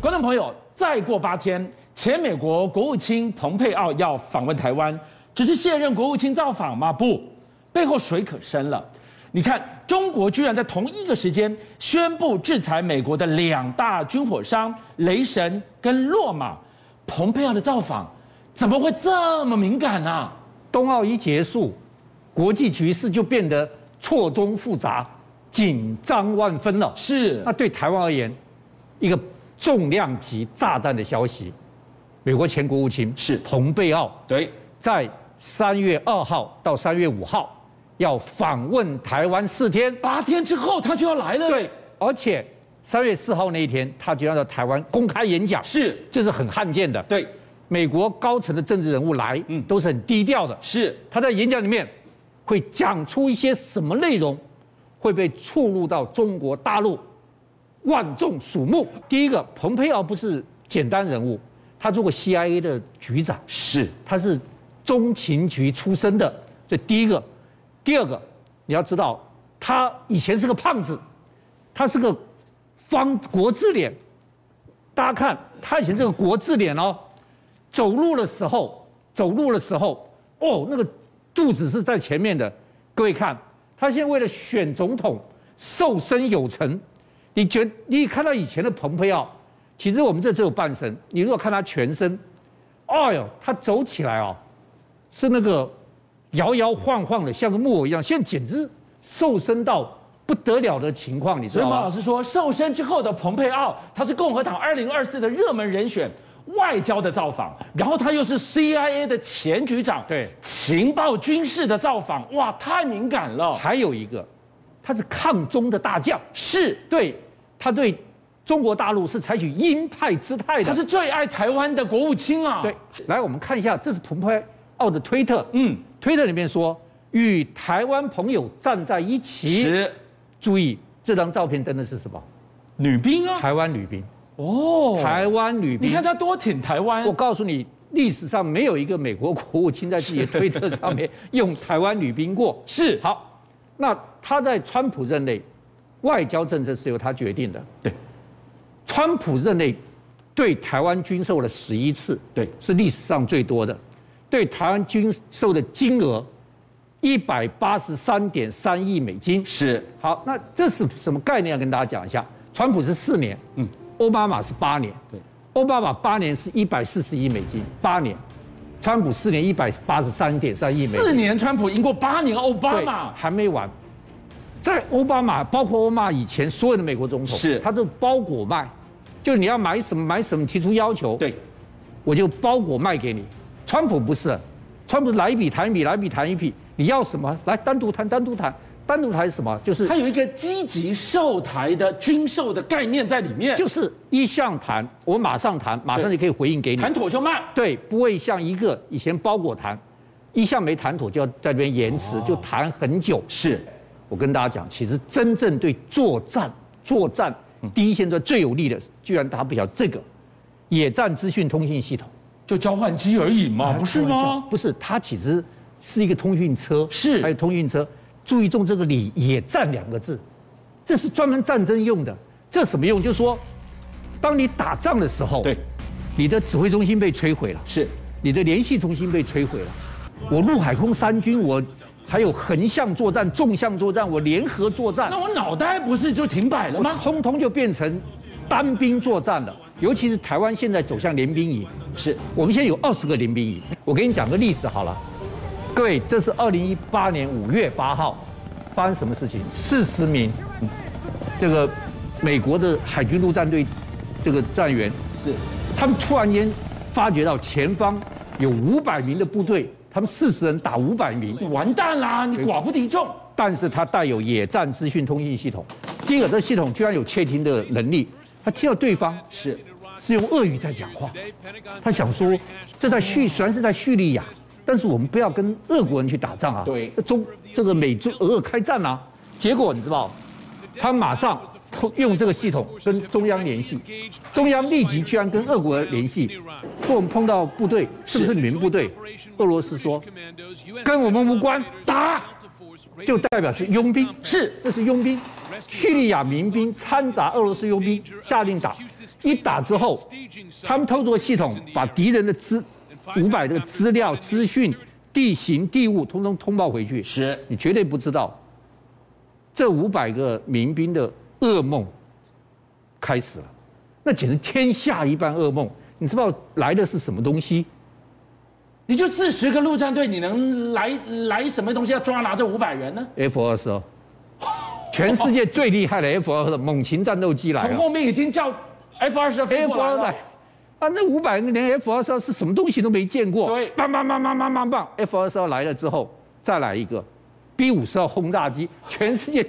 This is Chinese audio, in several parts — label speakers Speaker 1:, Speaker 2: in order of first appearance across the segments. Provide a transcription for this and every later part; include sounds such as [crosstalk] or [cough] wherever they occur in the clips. Speaker 1: 观众朋友，再过八天，前美国国务卿蓬佩奥要访问台湾，只是现任国务卿造访吗？不，背后水可深了。你看，中国居然在同一个时间宣布制裁美国的两大军火商雷神跟洛马，蓬佩奥的造访怎么会这么敏感呢、啊？
Speaker 2: 冬奥一结束，国际局势就变得错综复杂、紧张万分了。
Speaker 1: 是
Speaker 2: 那对台湾而言，一个重量级炸弹的消息，美国前国务卿
Speaker 1: 是
Speaker 2: 蓬佩奥
Speaker 1: 对，
Speaker 2: 在三月二号到三月五号要访问台湾四天，
Speaker 1: 八天之后他就要来了。
Speaker 2: 对，，而且三月四号那一天他就要到台湾公开演讲，
Speaker 1: 是，
Speaker 2: 这是很罕见的。
Speaker 1: 对，
Speaker 2: 美国高层的政治人物来，
Speaker 1: 嗯
Speaker 2: 都是很低调的。
Speaker 1: 是，
Speaker 2: 他在演讲里面会讲出一些什么内容，会被触入到中国大陆，万众瞩目。第一个，蓬佩奥不是简单人物，他做过 CIA 的局长，
Speaker 1: 是，
Speaker 2: 他是中情局出身的，这第一个。第二个，你要知道，他以前是个胖子，他是个方国字脸。大家看，他以前是个国字脸哦，走路的时候，走路的时候，哦，那个肚子是在前面的。各位看，他现在为了选总统，瘦身有成。你觉你看到以前的蓬佩奥，其实我们这只有半身。你如果看他全身，哎呦，他走起来哦，是那个摇摇晃晃的，像个木偶一样。现在简直瘦身到不得了的情况，你知
Speaker 1: 所以
Speaker 2: 道
Speaker 1: 马
Speaker 2: 吗
Speaker 1: 老？师说，瘦身之后的蓬佩奥，他是共和党二零二四的热门人选，外交的造访，然后他又是 CIA 的前局长，
Speaker 2: 对
Speaker 1: 情报军事的造访，哇，太敏感了。
Speaker 2: 还有一个，他是抗中的大将，
Speaker 1: 是，
Speaker 2: 对他对中国大陆是采取鹰派姿态的。
Speaker 1: 他是最爱台湾的国务卿啊。
Speaker 2: 对，，来我们看一下，这是蓬佩奥的推特，
Speaker 1: 嗯，
Speaker 2: 推特里面说与台湾朋友站在一起。
Speaker 1: 是
Speaker 2: 注意这张照片登的是什么？
Speaker 1: 女兵啊。
Speaker 2: 台嗯湾女兵，
Speaker 1: 哦，
Speaker 2: 台湾女
Speaker 1: 你
Speaker 2: 兵
Speaker 1: 看。他多挺台湾
Speaker 2: 我。告诉你，历史上没有一个美国国务卿在自己的推特上面用台湾女兵过。
Speaker 1: 是，
Speaker 2: 好，那他在川普任内，外交政策是由他决定的。
Speaker 1: 对，
Speaker 2: 川普任内对台湾军售了十一次，
Speaker 1: 对
Speaker 2: 是历史上最多的。对台湾军售的金额一百八十三点三亿美金。
Speaker 1: 是
Speaker 2: 好，那这是什么概念？要跟大家讲一下。川普是四年，
Speaker 1: 嗯，
Speaker 2: 奥巴马是八年，
Speaker 1: 对，
Speaker 2: 奥巴马八年是一百四十亿美金，八年，川普四年一百八十三点三亿美金，
Speaker 1: 四年，川普赢过八年奥巴
Speaker 2: 对
Speaker 1: 马。
Speaker 2: 还没完，在奥巴马，包括奥巴马以前所有的美国总统，
Speaker 1: 是
Speaker 2: 他都包裹卖，就是你要买什么买什么，提出要求，
Speaker 1: 对，
Speaker 2: 我就包裹卖给你。川普不是，川普是来一笔谈一笔，来一笔谈一笔，你要什么来单独谈，单独谈，单独谈什么就是
Speaker 1: 他有一个积极售台的军售的概念在里面，就
Speaker 2: 就是一项谈，我马上谈，马上就可以回应给你。
Speaker 1: 谈妥就卖。
Speaker 2: 对，不会像一个以前包裹谈，一项没谈妥就要在那边延
Speaker 1: 哦
Speaker 2: 迟，就谈很久。
Speaker 1: 是，
Speaker 2: 我跟大家讲，其实真正对作战、作战
Speaker 1: 嗯
Speaker 2: 第一线段最有利的，居然他不晓得这个野战资讯通信系统，
Speaker 1: 就交换机而已嘛，啊不是
Speaker 2: 开玩笑
Speaker 1: 吗？
Speaker 2: 不是，它其实是一个通讯车，
Speaker 1: 是
Speaker 2: 还有通讯车，注意中这个“里野战”两个字，这是专门战争用的。这什么用？就是说，当你打仗的时候，
Speaker 1: 对，
Speaker 2: 你的指挥中心被摧毁了。
Speaker 1: 是
Speaker 2: 你的联系中心被摧毁了。我陆海空三军，我还有横向作战、纵向作战，我联合作战
Speaker 1: 那，我脑袋不是就停摆了
Speaker 2: 我
Speaker 1: 吗？
Speaker 2: 通通就变成单兵作战了。尤其是台湾现在走向联兵营，
Speaker 1: 是
Speaker 2: 我们现在有二十个联兵营。我给你讲个例子好了，各位，这是二零一八年五月八号发生什么事情？四十名嗯这个美国的海军陆战队这个战员
Speaker 1: 是，
Speaker 2: 他们突然间发觉到前方有五百名的部队，他们四十人打五百名，
Speaker 1: 你完蛋啦！你寡不敌众，
Speaker 2: 但是它带有野战资讯通信系统。第一个，这系统居然有窃听的能力，他听到对方
Speaker 1: 是
Speaker 2: 是用俄语在讲话，他想说这在叙虽然是在叙利亚，但是我们不要跟俄国人去打仗啊。
Speaker 1: 对
Speaker 2: 这中这个美中俄开战啊，结果你知道，他马上用这个系统跟中央联系，中央立即居然跟俄国联系，说我们碰到部队是不是你们部队？俄罗斯说跟我们无关，打，就代表是佣兵，
Speaker 1: 是
Speaker 2: 那是佣兵。叙利亚民兵掺杂俄罗斯佣兵下令打，一打之后，他们透过系统把敌人的资五百的资料、资讯、地形、地物通通通报回去，
Speaker 1: 是
Speaker 2: 你绝对不知道，这五百个民兵的噩梦开始了，那简直天下一般噩梦。你知不知道来的是什么东西？
Speaker 1: 你就四十个陆战队，你能来来什么东西要抓拿这五百人呢？
Speaker 2: F 二十哦，全世界最厉害的 F 二十猛禽战斗机来
Speaker 1: 从
Speaker 2: 了
Speaker 1: 后面已经叫哎 F 二十飞
Speaker 2: ，F
Speaker 1: 过来
Speaker 2: 二
Speaker 1: 了
Speaker 2: 来。啊，那五百人连 F 二十是什么东西都没见过，
Speaker 1: 对
Speaker 2: 棒棒棒棒棒棒棒，F 哎二十来了之后，再来一个 B 五十二轰炸机，全世界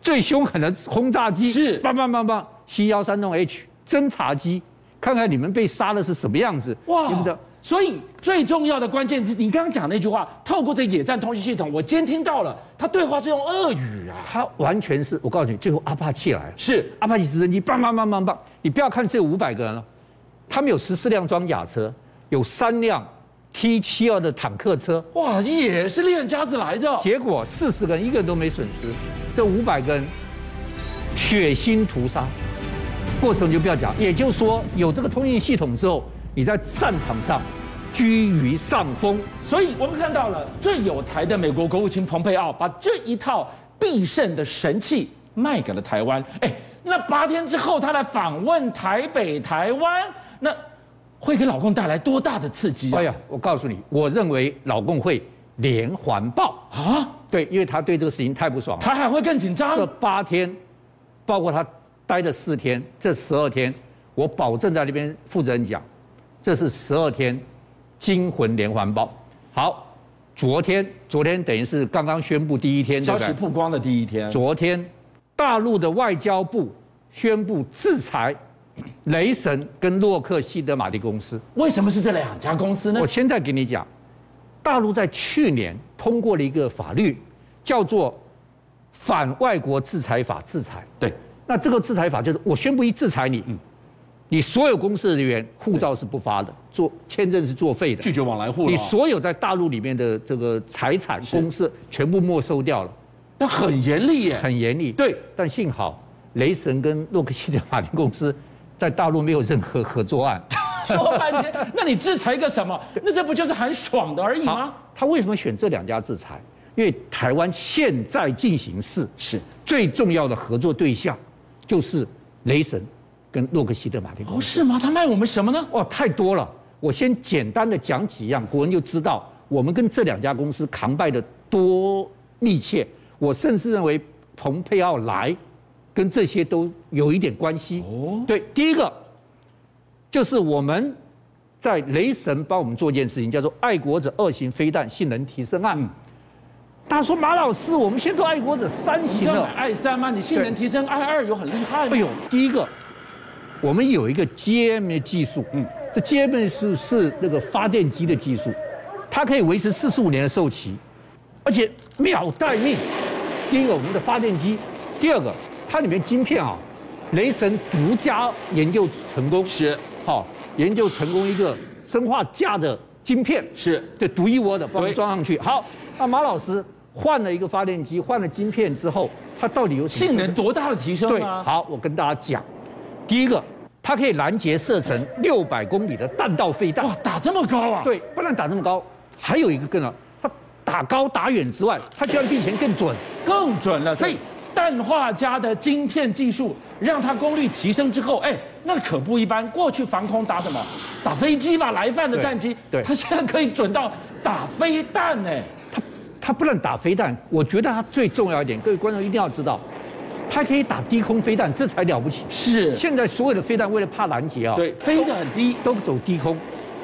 Speaker 2: 最凶狠的轰炸机
Speaker 1: 是
Speaker 2: 棒棒棒棒 C 幺三弄 H 侦察机，看看你们被杀的是什么样子，
Speaker 1: 哇
Speaker 2: 你们的
Speaker 1: 所以最重要的关键是你刚刚讲那句话，透过这野战通讯系统，我监听到了，他对话是用俄语啊，
Speaker 2: 他完全是我告诉你，最后阿帕奇来了。
Speaker 1: 是
Speaker 2: 阿帕奇直升机，棒棒棒棒棒！你不要看这五百个人了，他们有十四辆装甲车，有三辆 T 七二的坦克车，
Speaker 1: 哇，也是练家子来着，
Speaker 2: 结果四十个人一个人都没损失，这五百个人血腥屠杀，过程就不要讲。也就是说，有这个通讯系统之后，你在战场上居于上风。
Speaker 1: 所以我们看到了最有台的美国国务卿蓬佩奥把这一套必胜的神器卖给了台湾。哎，那八天之后他来访问台北、台湾，那会给老公带来多大的刺激啊
Speaker 2: 哎？呀，我告诉你，我认为老共会连环爆，
Speaker 1: 啊，
Speaker 2: 对，因为他对这个事情太不爽了。
Speaker 1: 他还会更紧张
Speaker 2: 这。八天，包括他待的四天，这十二天，我保证在那边负责人讲，这是十二天惊魂连环报。好，昨天昨天等于是刚刚宣布第一天，对
Speaker 1: 消
Speaker 2: 不
Speaker 1: 息
Speaker 2: 对？
Speaker 1: 曝光的第一天，
Speaker 2: 昨天大陆的外交部宣布制裁雷神跟洛克希德马蒂公司。
Speaker 1: 为什么是这两家公司呢
Speaker 2: 我？现在给你讲，大陆在去年通过了一个法律，叫做《反外国制裁法》制裁。
Speaker 1: 对，
Speaker 2: 那这个制裁法就是我宣布一制裁你，嗯你所有公司人员护照是不发的，做签证是作废的，
Speaker 1: 拒绝往来户了。
Speaker 2: 你所有在大陆里面的这个财产、公司全部没收掉了，
Speaker 1: 那很严厉
Speaker 2: [laughs]
Speaker 1: 耶。
Speaker 2: 很严厉。
Speaker 1: 对，
Speaker 2: 但幸好雷神跟洛克希德马丁公司在大陆没有任何合作案。
Speaker 1: 说半天， [laughs] 那你制裁个什么？那这不就是很爽的而已
Speaker 2: 好
Speaker 1: 吗？，
Speaker 2: 他为什么选这两家制裁？因为台湾现在进行式
Speaker 1: 是
Speaker 2: 最重要的合作对象就是雷神跟洛克希德马丁公司。
Speaker 1: 哦，是吗？他卖我们什么呢？
Speaker 2: 哦，太多了。我先简单的讲几样，国人就知道我们跟这两家公司扛拜的多密切。我甚至认为蓬佩奥来，跟这些都有一点关系。
Speaker 1: 哦
Speaker 2: 哦，对，第一个就是我们在雷神帮我们做一件事情，叫做“爱国者二型飞弹性能提升案”
Speaker 1: 嗯
Speaker 2: 大家说马老师，我们先做爱国者三
Speaker 1: 你
Speaker 2: 型
Speaker 1: 要
Speaker 2: 了
Speaker 1: 买，i 三吗？你性能提升 i 二有很厉害吗？
Speaker 2: 哎呦，第一个，我们有一个 GM 的技术，嗯，这 GM 技术是那个发电机的技术，它可以维持四十五年的寿期，而且秒待命。第一个，我们的发电机；第二个，它里面晶片啊，雷神独家研究成功，
Speaker 1: 是
Speaker 2: 好、研究成功一个生化架的晶片，
Speaker 1: 是，
Speaker 2: 对，独一无二的帮我
Speaker 1: 对
Speaker 2: 们装上去。好，那马老师换了一个发电机，换了晶片之后，它到底有什么
Speaker 1: 性
Speaker 2: 特
Speaker 1: 能
Speaker 2: 别
Speaker 1: 多大的提升
Speaker 2: 对，
Speaker 1: 啊？
Speaker 2: 好，我跟大家讲，第一个，它可以拦截射程六百公里的弹道飞弹
Speaker 1: 哇，。打这么高啊！，
Speaker 2: 对，不然打这么高。还有一个更啊，它打高打远之外，它居然比以前更准。
Speaker 1: 更准了。所以氮化镓的晶片技术让它功率提升之后，哎，那可不一般。过去防空打什么？打飞机吧，来犯的
Speaker 2: 对
Speaker 1: 战机。
Speaker 2: 对
Speaker 1: 它现在可以准到打飞弹哎。
Speaker 2: 它不但打飞弹，我觉得它最重要一点，各位观众一定要知道，它可以打低空飞弹，这才了不起。
Speaker 1: 是
Speaker 2: 现在所有的飞弹为了怕拦截啊，
Speaker 1: 对，飞得很低。
Speaker 2: 都走低空，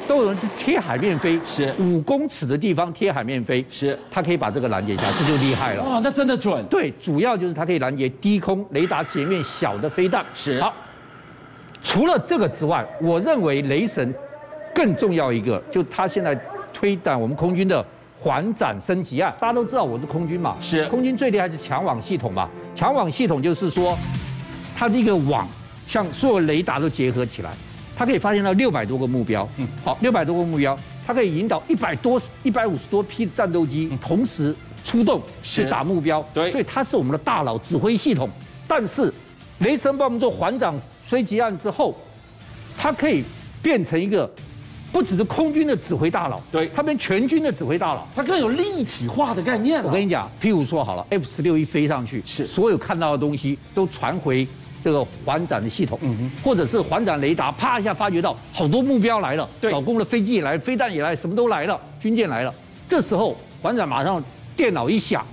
Speaker 2: 都有人贴海面飞，
Speaker 1: 是
Speaker 2: 五公尺的地方贴海面飞，
Speaker 1: 是
Speaker 2: 它可以把这个拦截下，这就厉害了。
Speaker 1: 哇，那真的准。
Speaker 2: 对，主要就是它可以拦截低空雷达截面小的飞弹。
Speaker 1: 是
Speaker 2: 好，除了这个之外，我认为雷神更重要一个，就它现在推展我们空军的环展升级案。大家都知道我是空军嘛，
Speaker 1: 是
Speaker 2: 空军最厉害是强网系统嘛。强网系统就是说，它这个网像所有雷达都结合起来，它可以发现到六百多个目标。嗯，好，六百多个目标，它可以引导一百多、一百五十多批战斗机同时出动
Speaker 1: 是
Speaker 2: 去打目标，
Speaker 1: 对
Speaker 2: 所以他是我们的大脑指挥系统。但是，雷神帮我们做环长追击案之后，他可以变成一个不只是空军的指挥大佬，
Speaker 1: 对
Speaker 2: 他变全军的指挥大佬。
Speaker 1: 它更有立体化的概念了。啊
Speaker 2: 我跟你讲，譬如说好了，F 十六一飞上去，
Speaker 1: 是
Speaker 2: 所有看到的东西都传回这个环展的系统，
Speaker 1: 嗯
Speaker 2: 或者是环展雷达，啪一下发觉到好多目标来了，
Speaker 1: 对
Speaker 2: 老公的飞机也来，飞弹也来，什么都来了，军舰来了。这时候环展马上电脑一响，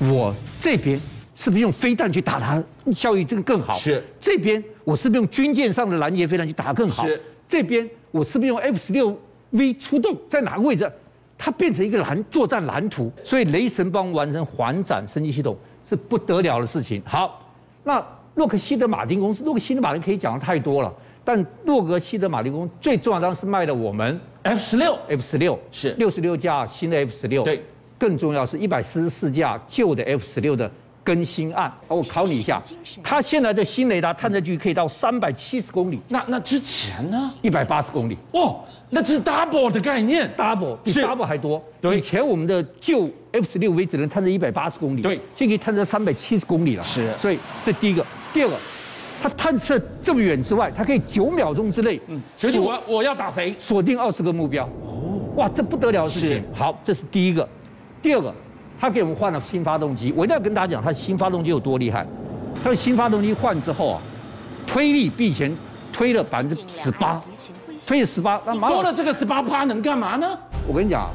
Speaker 2: 我这边是不是用飞弹去打它，效益这个更好？
Speaker 1: 是
Speaker 2: 这边我是不是用军舰上的拦截飞弹去打它更好？
Speaker 1: 是
Speaker 2: 这边我是不是用 F 十六 V 出动在哪个位置？它变成一个蓝作战蓝图，所以雷神帮完成环展升级系统是不得了的事情。好，那洛克希德马丁公司，洛克希德马丁可以讲的太多了，但洛克希德马丁公司最重要当然是卖了我们
Speaker 1: F 十六
Speaker 2: F 十六
Speaker 1: 是
Speaker 2: 六十六架新的 F 十六，
Speaker 1: 对，
Speaker 2: 更重要是一百四十四架旧的 F 十六的更新案。哦我考你一下
Speaker 3: 是是精神，
Speaker 2: 它现在的新雷达探测距可以到三百七十公里，
Speaker 1: 那那之前呢？
Speaker 2: 一百八十公里
Speaker 1: 哦，那是 double 的概念。
Speaker 2: ，double 比
Speaker 1: 是
Speaker 2: double 还多。
Speaker 1: 对
Speaker 2: 以前我们的旧 F 十六 V 只能探测一百八十公里，
Speaker 1: 对
Speaker 2: 现在可以探测三百七十公里了。
Speaker 1: 是
Speaker 2: 所以这第一个，第二个，它探测这么远之外，它可以九秒钟之内，嗯，
Speaker 1: 所以我我要打谁？
Speaker 2: 锁定二十个目标。哇，这不得了的事
Speaker 1: 是
Speaker 2: 情。好，这是第一个，第二个，他给我们换了新发动机。我一定要跟大家讲，他新发动机有多厉害。他的新发动机换之后啊，推力比以前推了百分之十八，推了十八。那马老
Speaker 1: 多了这个十八趴能干嘛呢？
Speaker 2: 我跟你讲啊，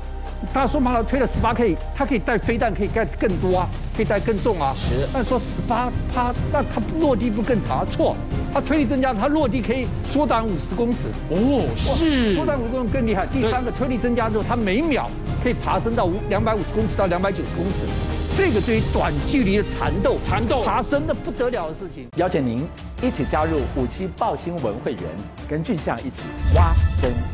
Speaker 2: 大家说马老推了十八 K，它可以带飞弹，可以带更多啊，可以带更重啊。
Speaker 1: 是
Speaker 2: 但说十八趴，那它落地不更长啊？错，它推力增加，它落地可以缩短五十公尺。
Speaker 1: 哦，是
Speaker 2: 缩短五公里更厉害。第三个推力增加之后，它每秒可以爬升到五两百五十公尺到两百九十公尺，这个对于短距离的缠斗、
Speaker 1: 缠斗
Speaker 2: 爬升的不得了的事情。
Speaker 4: 邀请您一起加入五七报新闻会员，跟俊相一起挖真相。